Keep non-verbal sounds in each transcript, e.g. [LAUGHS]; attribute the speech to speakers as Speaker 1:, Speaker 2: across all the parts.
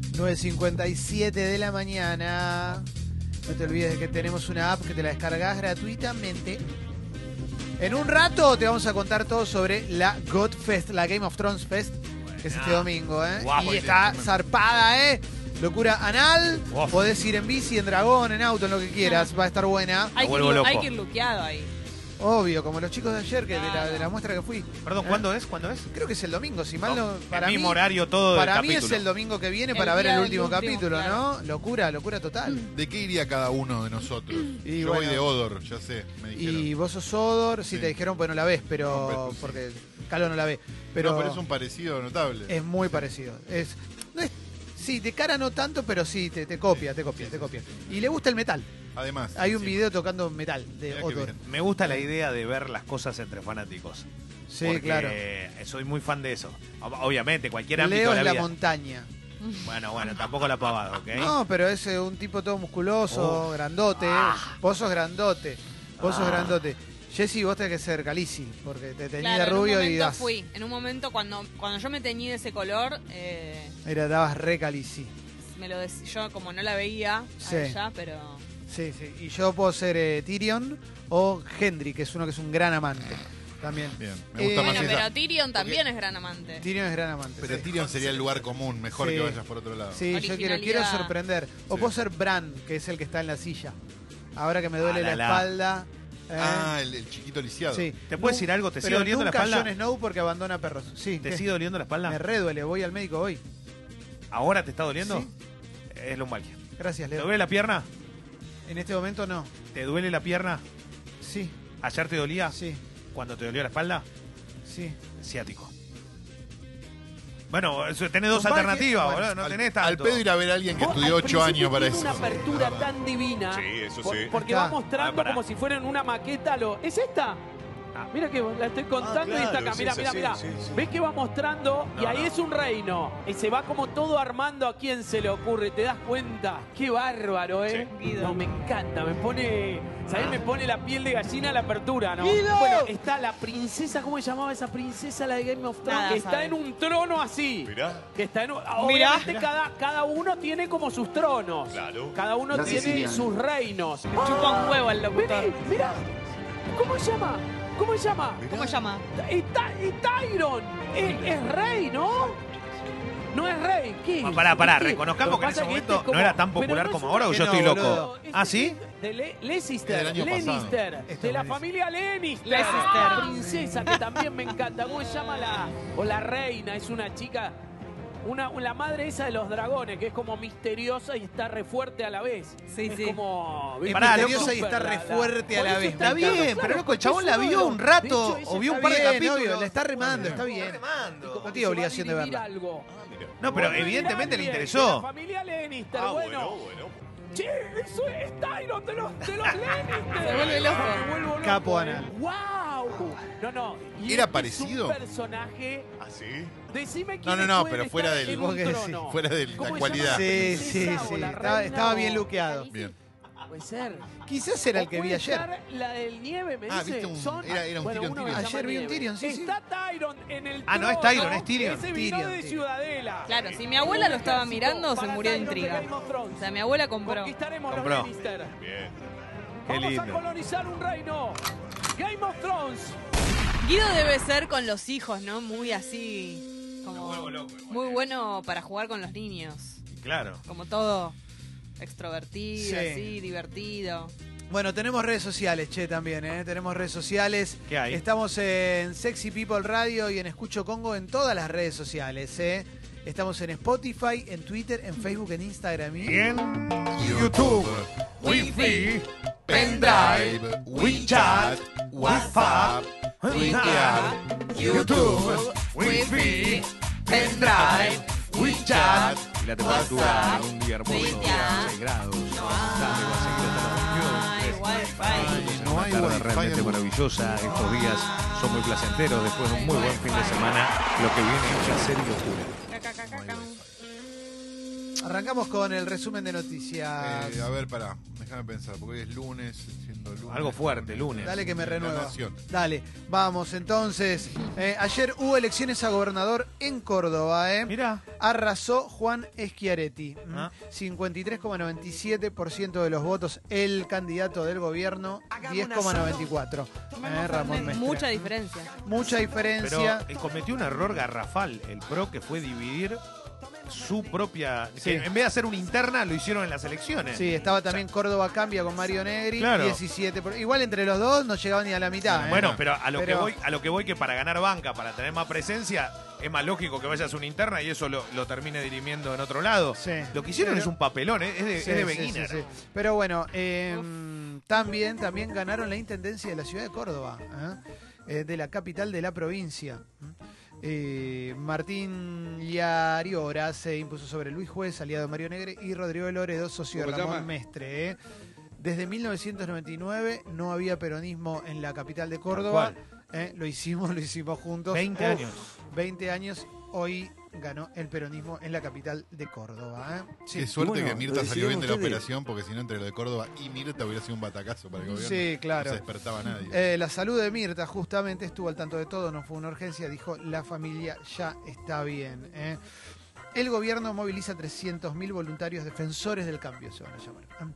Speaker 1: 9.57 de la mañana. No te olvides de que tenemos una app que te la descargas gratuitamente. En un rato te vamos a contar todo sobre la God Fest, la Game of Thrones Fest, que es este domingo, ¿eh?
Speaker 2: Guapo
Speaker 1: y
Speaker 2: el
Speaker 1: está
Speaker 2: tema.
Speaker 1: zarpada, ¿eh? Locura anal.
Speaker 2: Guapo.
Speaker 1: Podés ir en bici, en dragón, en auto, en lo que quieras. Va a estar buena.
Speaker 3: Hay que,
Speaker 2: vuelvo
Speaker 3: ir,
Speaker 2: loco.
Speaker 3: hay que ir luqueado ahí.
Speaker 1: Obvio, como los chicos de ayer, que de, la,
Speaker 3: Claro.
Speaker 1: de la muestra que fui.
Speaker 2: Perdón, ¿cuándo es? ¿Cuándo es?
Speaker 1: Creo que es el domingo, si mal no.
Speaker 2: No,
Speaker 1: para
Speaker 2: el mismo
Speaker 1: mí,
Speaker 2: horario todo del
Speaker 1: para mí es
Speaker 2: capítulo.
Speaker 1: el domingo que viene
Speaker 3: El
Speaker 1: para ver
Speaker 3: día
Speaker 1: el
Speaker 3: del
Speaker 1: último
Speaker 3: último,
Speaker 1: capítulo,
Speaker 3: claro.
Speaker 1: ¿no? Locura, locura total.
Speaker 4: ¿De qué iría cada uno de nosotros?
Speaker 1: Y
Speaker 4: Yo
Speaker 1: bueno.
Speaker 4: voy de Odor, ya sé, me dijeron.
Speaker 1: Y vos sos Odor, sí,
Speaker 4: Sí.
Speaker 1: te dijeron pues no la ves, pero.
Speaker 4: No, pero sí.
Speaker 1: porque Calo no la ve. Pero, Eh,
Speaker 4: pero, pero es un parecido notable.
Speaker 1: es muy parecido. Es, no es- sí, de cara no tanto, pero sí, te, te copia, te copia,
Speaker 4: sí,
Speaker 1: te
Speaker 4: sí,
Speaker 1: copia. Y le gusta el metal.
Speaker 4: Además.
Speaker 1: Hay un
Speaker 4: sí.
Speaker 1: video tocando metal de
Speaker 4: Mirá qué
Speaker 1: Odor.
Speaker 4: bien.
Speaker 2: Me gusta la idea de ver las cosas entre fanáticos.
Speaker 1: Sí,
Speaker 2: porque
Speaker 1: claro.
Speaker 2: Soy muy fan de eso. Ob- Obviamente, cualquier ámbito
Speaker 1: Leo es
Speaker 2: de la
Speaker 1: la
Speaker 2: vida.
Speaker 1: montaña.
Speaker 2: bueno, bueno, tampoco la pavada, ¿ok?
Speaker 1: No, pero es eh, un tipo todo musculoso,
Speaker 2: Oh.
Speaker 1: grandote.
Speaker 4: Ah.
Speaker 1: Vos sos grandote. Vos sos grandote. Jessy, vos tenés que ser calici, porque te teñís de
Speaker 3: Claro, en
Speaker 1: rubio
Speaker 3: un
Speaker 1: y
Speaker 3: momento
Speaker 1: das.
Speaker 3: fui. En un momento, cuando, cuando yo me teñí de ese color, eh,
Speaker 1: Era, dabas re calici.
Speaker 3: me lo dec- yo como no la veía
Speaker 1: Sí.
Speaker 3: allá, pero...
Speaker 1: Sí, sí. Y yo puedo ser eh, Tyrion o Henry, que es uno que es un gran amante. También.
Speaker 4: Bien, me gusta
Speaker 1: Eh,
Speaker 4: más
Speaker 3: Bueno,
Speaker 4: esa.
Speaker 3: pero Tyrion también es gran amante.
Speaker 1: Tyrion es gran amante.
Speaker 4: Pero
Speaker 1: sí.
Speaker 4: Tyrion sería el lugar común, mejor
Speaker 1: Sí.
Speaker 4: que vayas por otro lado.
Speaker 1: Sí, yo quiero, quiero
Speaker 3: Originalidad.
Speaker 1: sorprender. O
Speaker 4: Sí.
Speaker 1: puedo ser Bran, que es el que está en la silla. Ahora que me duele
Speaker 2: Ah,
Speaker 1: la,
Speaker 2: la, la.
Speaker 1: espalda. eh,
Speaker 4: Ah, el, el chiquito lisiado.
Speaker 1: sí.
Speaker 2: ¿Te puedo
Speaker 1: Nu-
Speaker 2: decir algo? ¿Te sigue
Speaker 1: pero
Speaker 2: doliendo la
Speaker 1: nunca
Speaker 2: espalda?
Speaker 1: Jon Snow porque abandona perros. Sí,
Speaker 2: ¿Te
Speaker 1: ¿qué?
Speaker 2: sigue doliendo la
Speaker 1: me
Speaker 2: espalda?
Speaker 1: re duele. Voy al médico hoy.
Speaker 2: ¿Ahora te está doliendo?
Speaker 1: Sí.
Speaker 2: Es lumbalgia.
Speaker 1: Gracias,
Speaker 2: ¿Te
Speaker 1: Leo.
Speaker 2: duele la pierna?
Speaker 1: En este momento no.
Speaker 2: ¿Te duele la pierna?
Speaker 1: Sí,
Speaker 2: ¿Ayer te dolía?
Speaker 1: sí,
Speaker 2: ¿Cuando te dolió la espalda?
Speaker 1: sí.
Speaker 2: Ciático. Bueno, eso- tenés dos
Speaker 1: Lumbalgia-
Speaker 2: alternativas,
Speaker 1: bueno,
Speaker 2: boludo. No
Speaker 4: al,
Speaker 2: tenés
Speaker 4: al
Speaker 2: tanto.
Speaker 4: pedo ir a ver a alguien que
Speaker 5: Vos
Speaker 4: estudió
Speaker 5: al
Speaker 4: 8 años
Speaker 5: principio
Speaker 4: para
Speaker 5: tiene
Speaker 4: eso. Ah,
Speaker 5: una apertura tan divina.
Speaker 6: Sí, eso
Speaker 5: por-
Speaker 6: sí.
Speaker 5: porque
Speaker 1: Está.
Speaker 5: va mostrando
Speaker 2: Ah, pará.
Speaker 5: como si fuera en una maqueta. Lo, ¿Es esta?
Speaker 2: Ah.
Speaker 5: Mira que la estoy contando
Speaker 6: Ah,
Speaker 5: y está
Speaker 6: claro,
Speaker 5: acá.
Speaker 6: sí,
Speaker 5: Mira,
Speaker 6: sí,
Speaker 5: mira,
Speaker 6: sí,
Speaker 5: mira.
Speaker 6: sí, sí.
Speaker 5: ¿Ves que va mostrando? y
Speaker 2: No,
Speaker 5: ahí
Speaker 2: no.
Speaker 5: es un reino. Y se va como todo armando a quien se le ocurre. ¿Te das cuenta? Qué bárbaro, ¿eh?
Speaker 3: Sí. Guido.
Speaker 5: No, me encanta. Me pone. ¿Sabés? Me pone la piel de gallina la apertura, ¿no?
Speaker 1: Guido.
Speaker 5: Bueno, está la princesa. ¿Cómo se llamaba esa princesa, la de Game of Thrones?
Speaker 3: Nada
Speaker 5: que está
Speaker 3: sabe.
Speaker 5: en un trono así.
Speaker 6: Mirá,
Speaker 5: Que está en un- obviamente cada, cada uno tiene como sus tronos.
Speaker 6: Claro.
Speaker 5: Cada uno
Speaker 7: La
Speaker 5: tiene
Speaker 7: siciliana.
Speaker 5: sus reinos.
Speaker 3: Chupa un huevo el
Speaker 5: Vení,
Speaker 3: locutor.
Speaker 5: mirá. ¿Cómo se llama? ¿Cómo se llama?
Speaker 3: ¿Cómo se llama?
Speaker 5: Y, Ty- y Tyron. Es, es rey, ¿no? No es rey. ¿Qué?
Speaker 2: Bueno, pará, pará,
Speaker 5: ¿Qué?
Speaker 2: reconozcamos
Speaker 5: Lo
Speaker 2: que en ese
Speaker 5: pasa es
Speaker 2: momento no era tan
Speaker 5: pero
Speaker 2: popular
Speaker 5: es
Speaker 2: como
Speaker 5: un
Speaker 2: ahora, o
Speaker 5: rey,
Speaker 2: yo
Speaker 1: no,
Speaker 2: estoy loco.
Speaker 1: boludo.
Speaker 5: este
Speaker 2: ¿Ah, sí? Este
Speaker 5: es De Le- Leicester,
Speaker 4: Del año pasado.
Speaker 5: Lannister,
Speaker 1: Esto
Speaker 5: de la
Speaker 1: me dice.
Speaker 5: familia Lannister.
Speaker 3: Leicester.
Speaker 5: La princesa, que también me encanta. ¿Cómo se llama la, o la reina? Es una chica, una, la madre esa de los dragones, que es como misteriosa y está re fuerte a la vez.
Speaker 3: Sí,
Speaker 5: es
Speaker 3: sí.
Speaker 5: como...
Speaker 1: Es
Speaker 2: Pará,
Speaker 1: misteriosa
Speaker 2: loco.
Speaker 1: y está re fuerte a
Speaker 5: Por
Speaker 1: la
Speaker 5: eso
Speaker 1: vez.
Speaker 5: está bien, pero loco, el chabón la vio un rato, o vio
Speaker 1: un par de capítulos. La está remando, está bien. No tiene obligación de verla.
Speaker 5: Algo.
Speaker 6: Ah, mirá.
Speaker 2: No, pero
Speaker 5: Volver a
Speaker 2: evidentemente le
Speaker 5: alguien de La
Speaker 2: interesó.
Speaker 5: familia Lannister,
Speaker 6: Ah,
Speaker 5: bueno.
Speaker 6: bueno, bueno.
Speaker 5: Che, eso es Tyron de los, de los Lannister.
Speaker 3: Se vuelve loco.
Speaker 5: Me vuelvo loco,
Speaker 1: Capo,
Speaker 5: eh.
Speaker 1: Ana.
Speaker 5: Wow. No, no. y
Speaker 4: ¿Era
Speaker 5: este
Speaker 4: parecido?
Speaker 5: Es un personaje.
Speaker 6: ¿Ah, sí?
Speaker 5: Decime quién
Speaker 4: No, no, no,
Speaker 5: pueden
Speaker 4: pero
Speaker 5: estar
Speaker 4: fuera del- [LAUGHS]
Speaker 5: en
Speaker 1: ¿Vos
Speaker 5: un
Speaker 1: qué decís?
Speaker 5: trono.
Speaker 4: Fuera de la
Speaker 5: ¿Cómo se
Speaker 4: cualidad.
Speaker 5: llama?
Speaker 1: Sí, sí,
Speaker 5: princesa o
Speaker 1: sí.
Speaker 5: la
Speaker 1: Estaba,
Speaker 5: reina
Speaker 1: estaba
Speaker 5: o-
Speaker 1: bien luqueado.
Speaker 4: Bien.
Speaker 5: Ah, Puede ser.
Speaker 1: Quizás era el
Speaker 5: O
Speaker 1: que vi
Speaker 5: puede
Speaker 1: ayer.
Speaker 5: estar La del nieve, me
Speaker 4: Ah,
Speaker 5: dice.
Speaker 4: viste un-
Speaker 5: Son-
Speaker 4: era- era un
Speaker 5: bueno,
Speaker 4: Tyrion,
Speaker 5: uno que
Speaker 4: Tyrion.
Speaker 5: se llama
Speaker 1: Ayer vi un
Speaker 5: Nieve.
Speaker 1: Tyrion, sí, sí.
Speaker 5: Está Tyron en el
Speaker 2: Ah, no, es
Speaker 5: trono,
Speaker 2: Tyron, es Tyrion.
Speaker 5: Ese vino
Speaker 1: Tyrion,
Speaker 5: de
Speaker 1: sí.
Speaker 5: Ciudadela.
Speaker 3: Claro, si mi abuela lo estaba mirando, se
Speaker 5: Para
Speaker 3: murió de
Speaker 5: Tyrion de
Speaker 3: intriga.
Speaker 5: Game of Thrones.
Speaker 3: O sea, mi abuela compró.
Speaker 5: Conquistaremos
Speaker 2: Compró.
Speaker 5: los Lannister.
Speaker 6: Bien.
Speaker 2: Qué
Speaker 5: Vamos
Speaker 2: lindo.
Speaker 5: a colonizar un reino. Game of Thrones.
Speaker 3: Guido debe ser con los hijos, ¿no? Muy así. Como muy bueno para jugar con los niños.
Speaker 2: Claro.
Speaker 3: Como todo extrovertido,
Speaker 1: Sí.
Speaker 3: así, divertido.
Speaker 1: Bueno, tenemos redes sociales, che, también, ¿eh? Tenemos redes sociales.
Speaker 2: ¿Qué hay?
Speaker 1: Estamos en Sexy People Radio y en Escucho Congo en todas las redes sociales, ¿eh? Estamos en Spotify, en Twitter, en Facebook, en Instagram. ¿eh? y-
Speaker 2: Bien.
Speaker 4: YouTube,
Speaker 3: Wi-Fi,
Speaker 4: Pendrive, WeChat, WhatsApp, Twitter, YouTube,
Speaker 3: Wi-Fi,
Speaker 4: Pendrive, WeChat.
Speaker 2: Y la temperatura un día hermoso,
Speaker 3: Sí, ya.
Speaker 2: 16 grados. Dale, va a seguir hasta la
Speaker 3: Ay,
Speaker 2: reunión.
Speaker 3: wifi.
Speaker 4: No hay
Speaker 2: Una tarde
Speaker 4: wifi
Speaker 2: realmente
Speaker 4: en-
Speaker 2: maravillosa. Estos días son muy placenteros. Después de un muy buen fin de semana, lo que viene es placer y locura.
Speaker 3: Caca, caca, caca.
Speaker 1: Arrancamos con el resumen de noticias.
Speaker 4: Eh, a ver, pará. Déjame pensar, porque hoy es lunes, siendo lunes.
Speaker 2: Algo fuerte, lunes.
Speaker 1: Dale que me
Speaker 4: La
Speaker 1: renueva.
Speaker 4: nación.
Speaker 1: Dale, vamos entonces. Eh, ayer hubo elecciones a gobernador en Córdoba, ¿eh?
Speaker 2: Mirá.
Speaker 1: Arrasó Juan Schiaretti. ¿m?
Speaker 2: Ah.
Speaker 1: 53,97% de los votos. El candidato del gobierno, 10,94%. Eh, Ramón Mestre.
Speaker 3: Mucha diferencia.
Speaker 1: Mucha
Speaker 2: Pero
Speaker 1: diferencia.
Speaker 2: eh, cometió un error garrafal el PRO que fue dividir su propia.
Speaker 1: Sí.
Speaker 2: que en vez de hacer una interna, lo hicieron en las
Speaker 4: eh,
Speaker 2: elecciones.
Speaker 1: Sí, estaba también Córdoba Cambia con Mario Negri,
Speaker 2: Claro.
Speaker 1: 17. por- Igual entre los dos no llegaban ni a la mitad. ¿eh?
Speaker 2: Bueno, pero a lo
Speaker 1: Pero-
Speaker 2: que voy, a lo que voy que para ganar banca, para tener más presencia, es más lógico que vayas a una interna y eso lo, lo termine dirimiendo en otro lado.
Speaker 1: Sí.
Speaker 2: Lo que hicieron
Speaker 1: Pero-
Speaker 2: es un papelón, eh, es de, es
Speaker 1: Sí,
Speaker 2: de
Speaker 1: sí,
Speaker 2: Beguina,
Speaker 1: sí,
Speaker 2: ¿no?
Speaker 1: sí. Pero bueno, eh, también, también ganaron la intendencia de la ciudad de Córdoba, ¿eh? Eh, de la capital de la provincia. Eh, Martín Liariora se impuso sobre Luis Juez, aliado de Mario Negre, y Rodrigo Loredo, socio de
Speaker 4: Bogotá,
Speaker 1: Ramón
Speaker 4: ma.
Speaker 1: Mestre. ¿eh? Desde 1999 no había peronismo en la capital de Córdoba.
Speaker 2: cual.
Speaker 1: ¿eh? Lo hicimos, lo hicimos juntos.
Speaker 2: 20
Speaker 1: Uf,
Speaker 2: años.
Speaker 1: 20 años, hoy ganó el peronismo en la capital de Córdoba. ¿eh?
Speaker 4: Qué suerte
Speaker 6: bueno,
Speaker 4: que Mirta
Speaker 6: lo
Speaker 4: salió bien de la
Speaker 6: decidieron ustedes.
Speaker 4: operación, porque si no, entre lo de Córdoba y Mirta hubiera sido un batacazo para el gobierno.
Speaker 1: Sí, claro.
Speaker 4: No se despertaba nadie.
Speaker 1: Eh, la salud de Mirta justamente estuvo al tanto de todo, no fue una urgencia, dijo la familia ya está bien. ¿eh? El gobierno moviliza 300.000 voluntarios defensores del cambio, se van a llamar. Ah,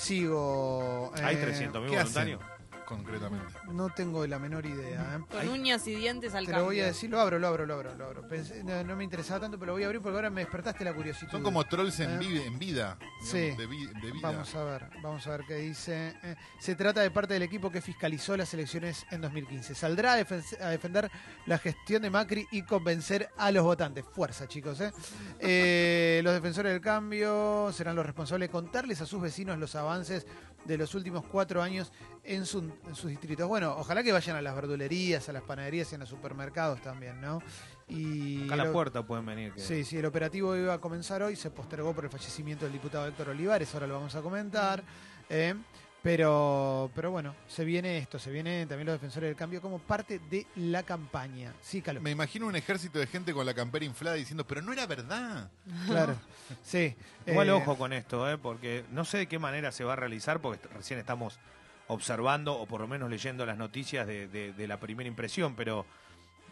Speaker 1: Sigo. eh,
Speaker 2: Hay 300.000
Speaker 4: ¿Qué hacen
Speaker 2: voluntarios.
Speaker 4: concretamente?
Speaker 1: No tengo la menor idea. ¿eh?
Speaker 3: Con uñas y dientes al
Speaker 1: Te lo voy a
Speaker 3: cambio.
Speaker 1: decir, lo abro, lo abro, lo abro, lo abro. Pensé- no, no me interesaba tanto, pero lo voy a abrir porque ahora me despertaste la curiosidad.
Speaker 4: Son como trolls
Speaker 1: Eh.
Speaker 4: en, vi- en vida.
Speaker 1: Sí.
Speaker 4: digamos, De, vi- de vida.
Speaker 1: Vamos a ver, vamos a ver qué dice. Eh, se trata de parte del equipo que fiscalizó las elecciones en 2015. Saldrá a, defen- a defender la gestión de Macri y convencer a los votantes. Fuerza, chicos. ¿eh? Eh, los defensores del cambio serán los responsables de contarles a sus vecinos los avances de los últimos cuatro años en, su- en sus distritos. Bueno, ojalá que vayan a las verdulerías, a las panaderías y a los supermercados también, ¿no? Y
Speaker 2: Acá a la
Speaker 1: lo-
Speaker 2: puerta pueden venir. que-
Speaker 1: Sí, sí, el operativo iba a comenzar hoy, se postergó por el fallecimiento del diputado Héctor Olivares, ahora lo vamos a comentar. ¿eh? Pero, pero bueno, se viene esto, se vienen también los defensores del cambio como parte de la campaña. Sí, Calo,
Speaker 4: Me imagino un ejército de gente con la campera inflada diciendo, pero no era verdad.
Speaker 1: [LAUGHS] claro. Sí.
Speaker 2: Igual
Speaker 1: eh,
Speaker 2: ojo con esto, ¿eh? porque no sé de qué manera se va a realizar, porque est- recién estamos observando o por lo menos leyendo las noticias de, de- de la primera impresión, pero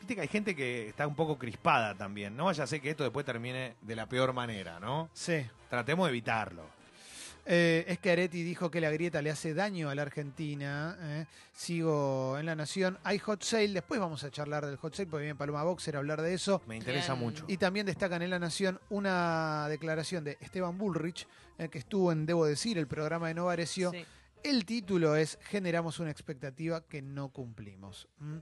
Speaker 2: viste que hay gente que está un poco crispada también. No vaya a ser que esto después termine de la peor manera, ¿no?
Speaker 1: Sí.
Speaker 2: Tratemos de evitarlo.
Speaker 1: Eh, es que Areti dijo que la grieta le hace daño a la Argentina. ¿eh? Sigo en La Nación. Hay hot sale. Después vamos a charlar del hot sale porque viene Paloma Boxer a hablar de eso.
Speaker 2: Me interesa
Speaker 3: Bien.
Speaker 2: mucho.
Speaker 1: Y también destacan en La Nación una declaración de Esteban Bullrich, eh, que estuvo en Debo Decir, el programa de Novarecio.
Speaker 3: Sí.
Speaker 1: El título es Generamos una expectativa que no cumplimos. ¿Mm?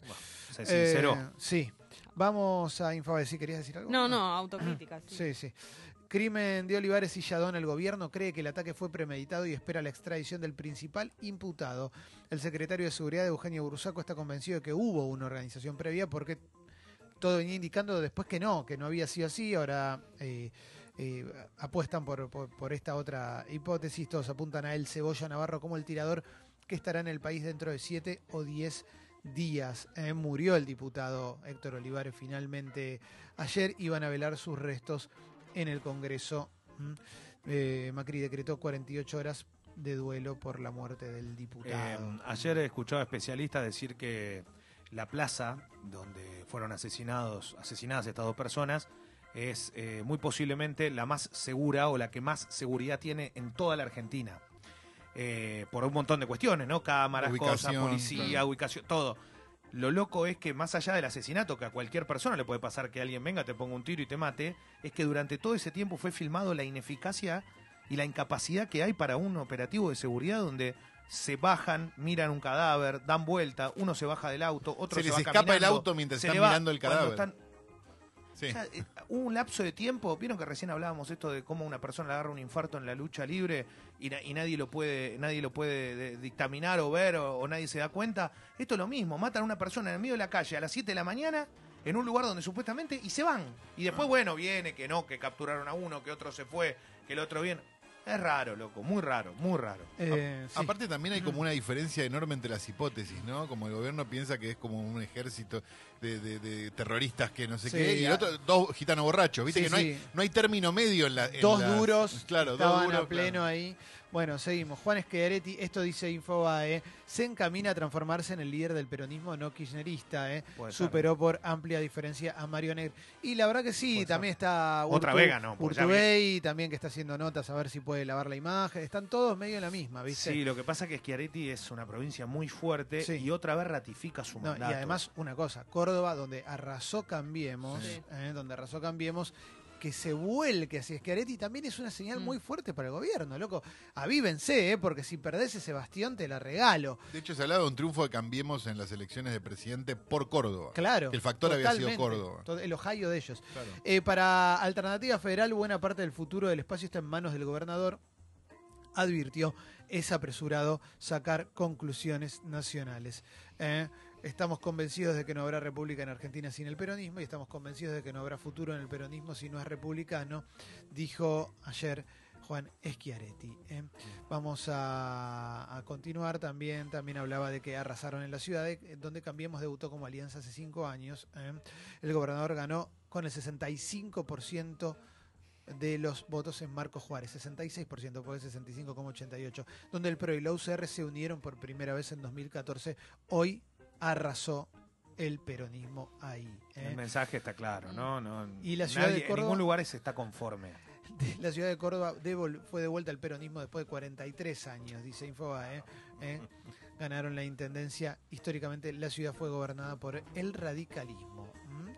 Speaker 2: Se sinceró.
Speaker 1: Eh, sí. Vamos a Infabe, si querías decir algo.
Speaker 3: No, no, autocrítica. sí.
Speaker 1: Ah, Sí, sí. Crimen de Olivares y Yadón. El gobierno cree que el ataque fue premeditado y espera la extradición del principal imputado. El secretario de Seguridad, Eugenio Burusaco, está convencido de que hubo una organización previa porque todo venía indicando después que no, que no había sido así. Ahora eh, eh, apuestan por, por- por esta otra hipótesis. Todos apuntan a El Cebolla Navarro como el tirador que estará en el país dentro de 7 o 10 días. Eh, murió el diputado Héctor Olivares finalmente ayer. Iban a velar sus restos en el Congreso. ¿m? Eh, Macri decretó 48 horas de duelo por la muerte del diputado.
Speaker 2: Eh, ayer escuchaba especialistas decir que la plaza donde fueron asesinados, asesinadas estas dos personas es eh, muy posiblemente la más segura o la que más seguridad tiene en toda la Argentina. Eh, por un montón de cuestiones, ¿no? Cámaras, cosas,
Speaker 4: Ubicación,
Speaker 2: policía,
Speaker 4: claro.
Speaker 2: ubicación, todo. Lo loco es que más allá del asesinato, que a cualquier persona le puede pasar que alguien venga, te ponga un tiro y te mate, es que durante todo ese tiempo fue filmado la ineficacia y la incapacidad que hay para un operativo de seguridad donde se bajan, miran un cadáver, dan vuelta, uno se baja del auto, otro
Speaker 4: Se
Speaker 2: se,
Speaker 4: les
Speaker 2: va
Speaker 4: escapa el
Speaker 2: caminando,
Speaker 4: auto mientras
Speaker 2: se
Speaker 4: están
Speaker 2: le va.
Speaker 4: mirando el
Speaker 2: Cuando
Speaker 4: cadáver.
Speaker 2: están-
Speaker 4: Sí.
Speaker 2: o sea, eh, hubo un lapso de tiempo, vieron que recién hablábamos esto de cómo una persona le agarra un infarto en la lucha libre y, na- y nadie lo puede, nadie lo puede de- dictaminar o ver o, o nadie se da cuenta. Esto es lo mismo, matan a una persona en el medio de la calle a las 7 de la mañana en un lugar donde supuestamente y se van. Y
Speaker 1: Ah.
Speaker 2: después, bueno, viene que no, que capturaron a uno, que otro se fue, que el otro viene. Es raro, loco, muy raro, muy raro.
Speaker 1: Eh, sí.
Speaker 4: Aparte también hay como una diferencia enorme entre las hipótesis, ¿no? Como el gobierno piensa que es como un ejército de, de- de terroristas que no sé
Speaker 1: Sí,
Speaker 4: qué, y el
Speaker 1: ah.
Speaker 4: otro, dos gitanos borrachos, viste
Speaker 1: Sí,
Speaker 4: que no hay,
Speaker 1: sí.
Speaker 4: no hay término medio en la... en
Speaker 1: dos
Speaker 4: las-
Speaker 1: duros
Speaker 4: claro,
Speaker 1: estaban
Speaker 4: dos duros,
Speaker 1: a pleno
Speaker 4: claro.
Speaker 1: ahí Bueno, seguimos. Juan Esquederetti, esto dice Infobae, se encamina a transformarse en el líder del peronismo no kirchnerista. ¿eh?
Speaker 2: Puede ser.
Speaker 1: Superó por amplia diferencia a Mario Negri. Y la verdad que sí,
Speaker 2: Puede
Speaker 1: también está
Speaker 2: Otra vega, ¿no? Porque ya
Speaker 1: Urtubey, también que está haciendo notas a ver si puede lavar la imagen. Están todos medio en la misma, ¿viste?
Speaker 2: Sí, lo que pasa es que Schiaretti es una provincia muy fuerte
Speaker 1: Sí.
Speaker 2: y otra vez ratifica su
Speaker 1: No, y
Speaker 2: mandato.
Speaker 1: además, una cosa, Córdoba, donde arrasó Cambiemos,
Speaker 3: Sí.
Speaker 1: ¿eh? donde arrasó Cambiemos, que se vuelque hacia Schiaretti también es una señal
Speaker 3: Mm.
Speaker 1: muy fuerte para el gobierno, loco. Avívense, ¿eh? porque si perdés ese bastión te la regalo.
Speaker 4: De hecho, se hablaba de un triunfo de Cambiemos en las elecciones de presidente por Córdoba.
Speaker 1: Claro.
Speaker 4: El factor había sido
Speaker 1: totalmente.
Speaker 4: Córdoba.
Speaker 1: To- El Ohio de ellos.
Speaker 4: Claro.
Speaker 1: Eh, para Alternativa Federal, buena parte del futuro del espacio está en manos del gobernador. Advirtió, es apresurado sacar conclusiones nacionales. Eh, estamos convencidos de que no habrá república en Argentina sin el peronismo y estamos convencidos de que no habrá futuro en el peronismo si no es republicano, dijo ayer Juan Schiaretti. eh. Vamos a, a continuar también. También hablaba de que arrasaron en la ciudad, eh, donde Cambiemos debutó como alianza hace cinco años. eh. El gobernador ganó con el 65% de los votos en Marcos Juárez, 66%, porque 65,88%, donde el PRO y la UCR se unieron por primera vez en 2014. Hoy arrasó el peronismo ahí. ¿eh?
Speaker 2: El mensaje está claro, ¿no? no
Speaker 1: Y la ciudad de
Speaker 2: nadie-
Speaker 1: Córdoba-
Speaker 2: En ningún lugar se está conforme.
Speaker 1: de- [LAUGHS] la ciudad de Córdoba devol- fue de vuelta al peronismo después de 43 años, dice Infobae. ¿eh? Ganaron la intendencia. Históricamente la ciudad fue gobernada por el radicalismo. ¿m?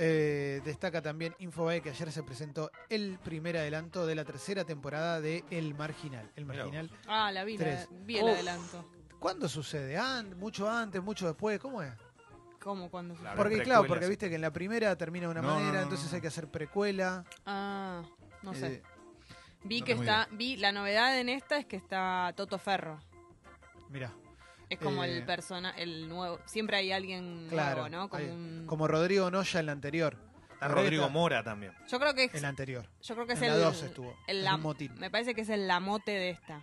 Speaker 1: Eh, destaca también Infobae que ayer se presentó el primer adelanto de la tercera temporada de El Marginal. El
Speaker 2: Mirá vos.
Speaker 1: Marginal.
Speaker 3: Ah, la vi, la-
Speaker 1: Tres.
Speaker 3: vi el
Speaker 1: Uf.
Speaker 3: adelanto.
Speaker 1: ¿Cuándo sucede? An- ¿Mucho antes? ¿Mucho después? ¿Cómo es?
Speaker 3: ¿Cómo? ¿Cuándo?
Speaker 2: Claro. Habrá
Speaker 1: Porque, claro,
Speaker 2: precuelas.
Speaker 1: porque viste que en la primera termina de una
Speaker 4: No, no,
Speaker 1: manera,
Speaker 4: no, no,
Speaker 1: entonces
Speaker 4: no.
Speaker 1: hay que hacer precuela.
Speaker 3: Ah, no sé.
Speaker 1: Eh,
Speaker 3: vi
Speaker 4: no
Speaker 3: que
Speaker 4: tengo
Speaker 3: está, vi la novedad en esta es que está Toto Ferro.
Speaker 1: mirá.
Speaker 3: Es como
Speaker 1: Eh.
Speaker 3: el persona, el nuevo. Siempre hay alguien
Speaker 1: Claro,
Speaker 3: nuevo, ¿no? Como
Speaker 1: hay-
Speaker 3: un-
Speaker 1: Como Rodrigo Noya en la anterior.
Speaker 2: Está
Speaker 1: Rodrigo
Speaker 2: Rodrigo
Speaker 1: está-
Speaker 2: Mora también.
Speaker 3: Yo creo que es,
Speaker 1: En la anterior.
Speaker 3: yo creo que es
Speaker 1: en la
Speaker 3: el,
Speaker 1: 2 estuvo,
Speaker 3: el
Speaker 1: en
Speaker 3: la-
Speaker 1: un motín.
Speaker 3: Me parece que es el lamote de esta,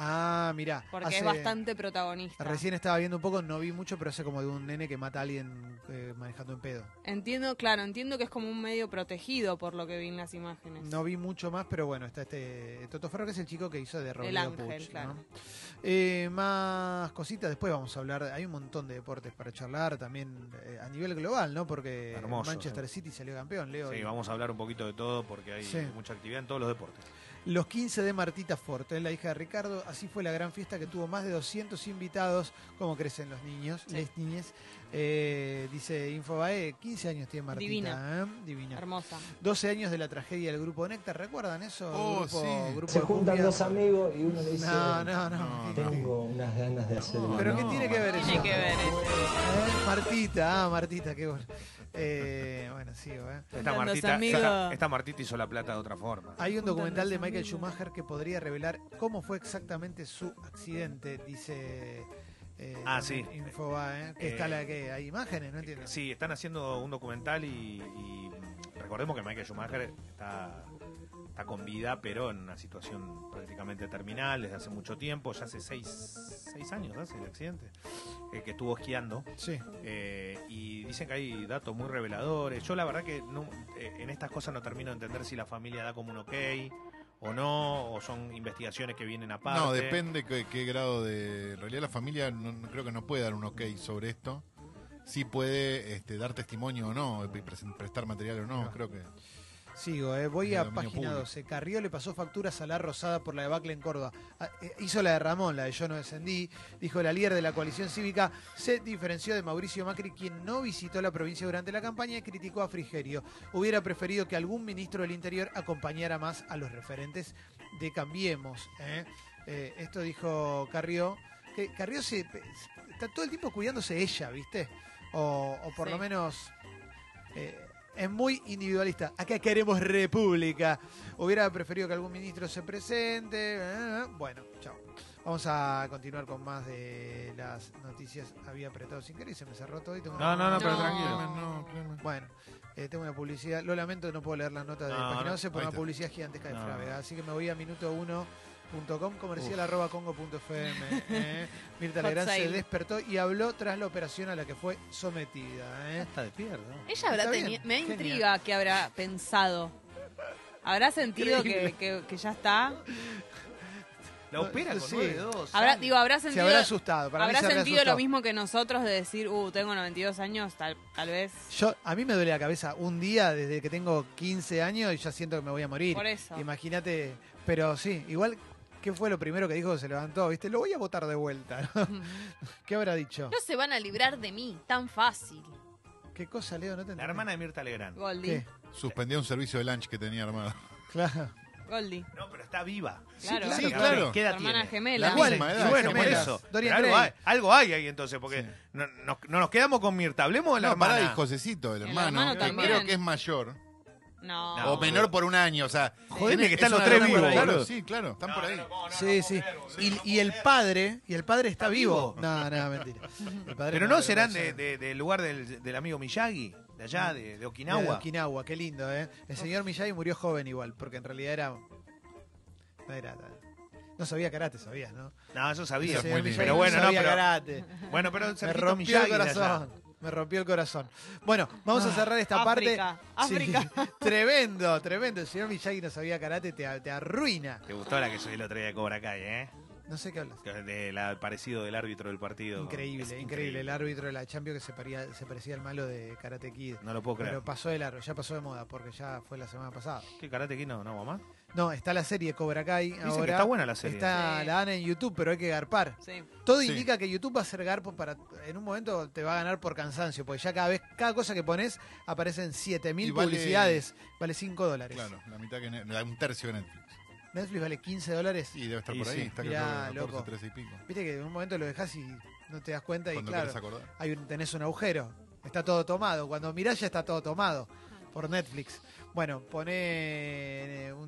Speaker 1: Ah, mirá.
Speaker 3: porque
Speaker 1: hace-
Speaker 3: es bastante protagonista.
Speaker 1: Recién estaba viendo un poco, no vi mucho, pero hace como de un nene que mata a alguien eh, manejando en pedo.
Speaker 3: Entiendo, claro, entiendo que es como un medio protegido por lo que vi en las imágenes.
Speaker 1: No vi mucho más, pero bueno, está este Toto Ferro, que es el chico que hizo de Rodrigo
Speaker 3: ángel,
Speaker 1: Puch,
Speaker 3: claro.
Speaker 1: ¿no? Eh, más cositas, después vamos a hablar. Hay un montón de deportes para charlar también eh, a nivel global, ¿no? Porque
Speaker 2: Hermoso,
Speaker 1: Manchester City salió campeón, Leo.
Speaker 2: eh. Sí,
Speaker 1: y-
Speaker 2: vamos a hablar un poquito de todo porque hay
Speaker 1: Sí.
Speaker 2: mucha actividad en todos los deportes.
Speaker 1: Los 15 de Martita Forte, es la hija de Ricardo. Así fue la gran fiesta que tuvo más de 200 invitados. ¿Cómo crecen los niños?
Speaker 3: Sí.
Speaker 1: Les niñes. Eh, dice Infobae, 15 años tiene Martita.
Speaker 3: Divina.
Speaker 1: ¿eh? Divina.
Speaker 3: Hermosa.
Speaker 1: 12 años de la tragedia del grupo Néctar. ¿Recuerdan eso?
Speaker 4: Oh,
Speaker 1: grupo,
Speaker 4: sí.
Speaker 1: grupo
Speaker 6: Se
Speaker 1: de
Speaker 6: juntan
Speaker 1: cumbia.
Speaker 6: dos amigos y uno le dice,
Speaker 1: No, no, no.
Speaker 4: No,
Speaker 1: ¿Qué- qué-
Speaker 6: tengo unas ganas de hacer el
Speaker 1: ¿Pero
Speaker 4: no.
Speaker 1: qué tiene que ver eso?
Speaker 3: Tiene que ver ese.
Speaker 1: ¿Eh? Martita, ah, Martita, qué bueno. Eh, bueno, sigo, ¿eh?
Speaker 2: Esta
Speaker 3: Los
Speaker 2: Martita,
Speaker 3: amigos.
Speaker 2: esta, esta Martita hizo la plata de otra forma.
Speaker 1: Hay un
Speaker 3: Juntan
Speaker 1: documental
Speaker 3: los
Speaker 1: de Michael
Speaker 3: amigos.
Speaker 1: Schumacher que podría revelar cómo fue exactamente su accidente, dice eh,
Speaker 2: Ah, sí.
Speaker 1: Infobae, ¿eh? que
Speaker 2: Eh,
Speaker 1: está la que hay imágenes, no entiendo.
Speaker 2: Sí, están haciendo un documental y, y recordemos que Michael Schumacher está, está con vida, pero en una situación prácticamente terminal desde hace mucho tiempo, ya hace seis, seis años hace el accidente, eh, que estuvo esquiando.
Speaker 1: Sí.
Speaker 2: Eh, y dicen que hay datos muy reveladores. Yo la verdad que no- eh, en estas cosas no termino de entender si la familia da como un ok o no, o son investigaciones que vienen aparte.
Speaker 4: No, depende qué, qué grado de... En realidad la familia no- no- creo que no puede dar un ok sobre esto. Sí puede este, dar testimonio o no, y presen- prestar material o no, creo que...
Speaker 1: Sigo, eh, voy
Speaker 4: De
Speaker 1: a
Speaker 4: dominio
Speaker 1: página
Speaker 4: público.
Speaker 1: 12. Carrió le pasó facturas a la Rosada por la debacle en Córdoba. Ah, eh, hizo la de Ramón, la de Yo no descendí. Dijo la líder de la coalición cívica se diferenció de Mauricio Macri, quien no visitó la provincia durante la campaña y criticó a Frigerio. Hubiera preferido que algún ministro del Interior acompañara más a los referentes de Cambiemos. ¿eh? Eh, esto dijo Carrió. Que Carrió se, está todo el tiempo cuidándose ella, ¿viste? O, o por
Speaker 3: Sí.
Speaker 1: lo menos eh, es muy individualista. Acá queremos república. Hubiera preferido que algún ministro se presente. eh, eh. Bueno, chao. Vamos a continuar con más de las noticias. Había apretado sin querer y se me cerró todo. Y tengo
Speaker 2: No, no, no, pero
Speaker 3: No.
Speaker 2: tranquilo.
Speaker 4: No, Clemen.
Speaker 1: Bueno, eh, tengo una publicidad. Lo lamento, no puedo leer las notas de
Speaker 2: No,
Speaker 1: página
Speaker 2: no,
Speaker 1: 11 por
Speaker 4: ahí
Speaker 1: una
Speaker 4: está.
Speaker 1: publicidad gigantesca de
Speaker 2: No.
Speaker 1: Frávega. Así que me voy a minuto1.com, comercial arroba congo.fm. eh. Mirta
Speaker 3: Hot
Speaker 1: Legrand se
Speaker 3: sale.
Speaker 1: despertó y habló tras la operación a la que fue sometida. eh.
Speaker 2: Está de pierda.
Speaker 3: Ella habrá
Speaker 1: Está bien,
Speaker 3: tenido. Me
Speaker 1: genial.
Speaker 3: intriga que habrá pensado. ¿Habrá sentido que,
Speaker 1: Increíble.
Speaker 3: que- que ya está?
Speaker 2: La opera con
Speaker 1: Sí.
Speaker 2: 9-2.
Speaker 3: Habrá, digo, habrá
Speaker 1: Se
Speaker 3: sentido,
Speaker 1: habrá asustado. Para mí
Speaker 3: habrá
Speaker 1: se habrá
Speaker 3: sentido lo
Speaker 1: asustado.
Speaker 3: mismo que nosotros de decir, uh, tengo 92 años, tal, tal vez.
Speaker 1: Yo, a mí me duele la cabeza un día desde que tengo 15 años y ya siento que me voy a morir.
Speaker 3: Por eso.
Speaker 1: Imagínate. Pero sí, igual, ¿qué fue lo primero que dijo que se levantó? ¿Viste? Lo voy a votar de vuelta. ¿no? ¿Qué habrá dicho?
Speaker 7: No se van a librar de mí, tan fácil.
Speaker 1: ¿Qué cosa, Leo? No te
Speaker 2: La
Speaker 1: entendí.
Speaker 2: hermana de Mirta Legrand.
Speaker 3: Goldie.
Speaker 1: ¿Qué?
Speaker 4: Suspendió un servicio de lunch que tenía armado.
Speaker 1: Claro.
Speaker 3: Goldie.
Speaker 2: No, pero está viva.
Speaker 3: Claro.
Speaker 4: Sí, claro.
Speaker 2: ¿Qué edad
Speaker 3: hermana
Speaker 2: tiene?
Speaker 3: gemela.
Speaker 4: La
Speaker 1: Igual,
Speaker 4: misma edad,
Speaker 1: y bueno, por
Speaker 4: gemelas.
Speaker 1: eso.
Speaker 2: Pero
Speaker 1: Dorian
Speaker 2: algo,
Speaker 1: Gray.
Speaker 2: hay, algo hay ahí entonces, porque
Speaker 4: Sí.
Speaker 2: no, no- no nos quedamos con Mirta. Hablemos de la
Speaker 4: No,
Speaker 2: hermana.
Speaker 4: pará, y Josecito, el
Speaker 3: El
Speaker 4: hermano,
Speaker 3: hermano
Speaker 4: que
Speaker 3: también.
Speaker 4: creo que es mayor.
Speaker 3: No.
Speaker 2: No.
Speaker 4: o menor por un año, o sea.
Speaker 2: Jodeme
Speaker 4: tiene-
Speaker 2: que Ah, están
Speaker 4: es
Speaker 2: los
Speaker 4: una
Speaker 2: tres
Speaker 4: gran-
Speaker 2: vivos,
Speaker 4: Claro,
Speaker 2: boludo.
Speaker 4: sí, claro, están por ahí.
Speaker 1: Sí, sí. Y, y el padre, y el padre está vivo.
Speaker 2: vivo?
Speaker 1: No, no, mentira. El padre
Speaker 2: Pero
Speaker 1: es
Speaker 2: no
Speaker 1: una
Speaker 2: serán
Speaker 1: persona.
Speaker 2: de- de- del lugar del, del amigo Miyagi, de allá, de, de Okinawa.
Speaker 1: De Okinawa, qué lindo, ¿eh? El señor Miyagi murió joven igual, porque en realidad era. No era. No sabía karate, sabías, ¿no?
Speaker 2: No, yo sabía.
Speaker 4: Eso es muy lindo.
Speaker 2: pero bueno,
Speaker 1: no
Speaker 2: no,
Speaker 1: sabía
Speaker 2: pero.
Speaker 1: karate.
Speaker 2: Bueno, pero
Speaker 1: Me
Speaker 2: Sergito
Speaker 1: rompió el
Speaker 2: Miyagi de allá.
Speaker 1: corazón. Me rompió el corazón. Bueno, vamos a cerrar esta
Speaker 3: Ah, África,
Speaker 1: parte. Sí, [LAUGHS]
Speaker 3: África.
Speaker 1: tremendo, tremendo. El señor Miyagi no sabía karate, te, te arruina.
Speaker 2: Te gustó la que soy el otro día de Cobra Kai, ¿eh?
Speaker 1: No sé qué hablas.
Speaker 2: Que- De la- el parecido del árbitro del partido.
Speaker 1: Increíble,
Speaker 2: Es
Speaker 1: increíble, El árbitro de la Champions que se, paría- se parecía al malo de Karate Kid.
Speaker 2: No lo puedo creer.
Speaker 1: Pero pasó de largo, ya pasó de moda, porque ya fue la semana pasada.
Speaker 2: ¿Qué karate aquí no, no, mamá?
Speaker 1: No, está la serie Cobra Kai
Speaker 2: Dicen
Speaker 1: ahora.
Speaker 2: que está buena la serie.
Speaker 1: Está,
Speaker 3: Sí.
Speaker 1: la dan en YouTube, pero hay que garpar.
Speaker 3: Sí.
Speaker 1: Todo
Speaker 4: Sí.
Speaker 1: indica que YouTube va a ser garpo para. En un momento te va a ganar por cansancio, porque ya cada vez, cada cosa que pones, aparecen 7000
Speaker 4: Y vale-
Speaker 1: publicidades. Vale 5 dólares.
Speaker 4: Claro, la mitad que. ne- la- Un tercio de Netflix.
Speaker 1: Netflix vale 15 dólares.
Speaker 4: Sí, debe estar
Speaker 2: Y
Speaker 4: por ahí.
Speaker 2: sí.
Speaker 4: Está
Speaker 1: Mirá,
Speaker 4: creo que
Speaker 1: loco.
Speaker 4: 14, 13 y pico.
Speaker 1: Viste que en un momento lo dejas y no te das cuenta, y
Speaker 4: Cuando
Speaker 1: claro,
Speaker 4: querés acordar.
Speaker 1: hay un- tenés un agujero. Está todo tomado. Cuando mirás, ya está todo tomado por Netflix. Bueno, pone eh, un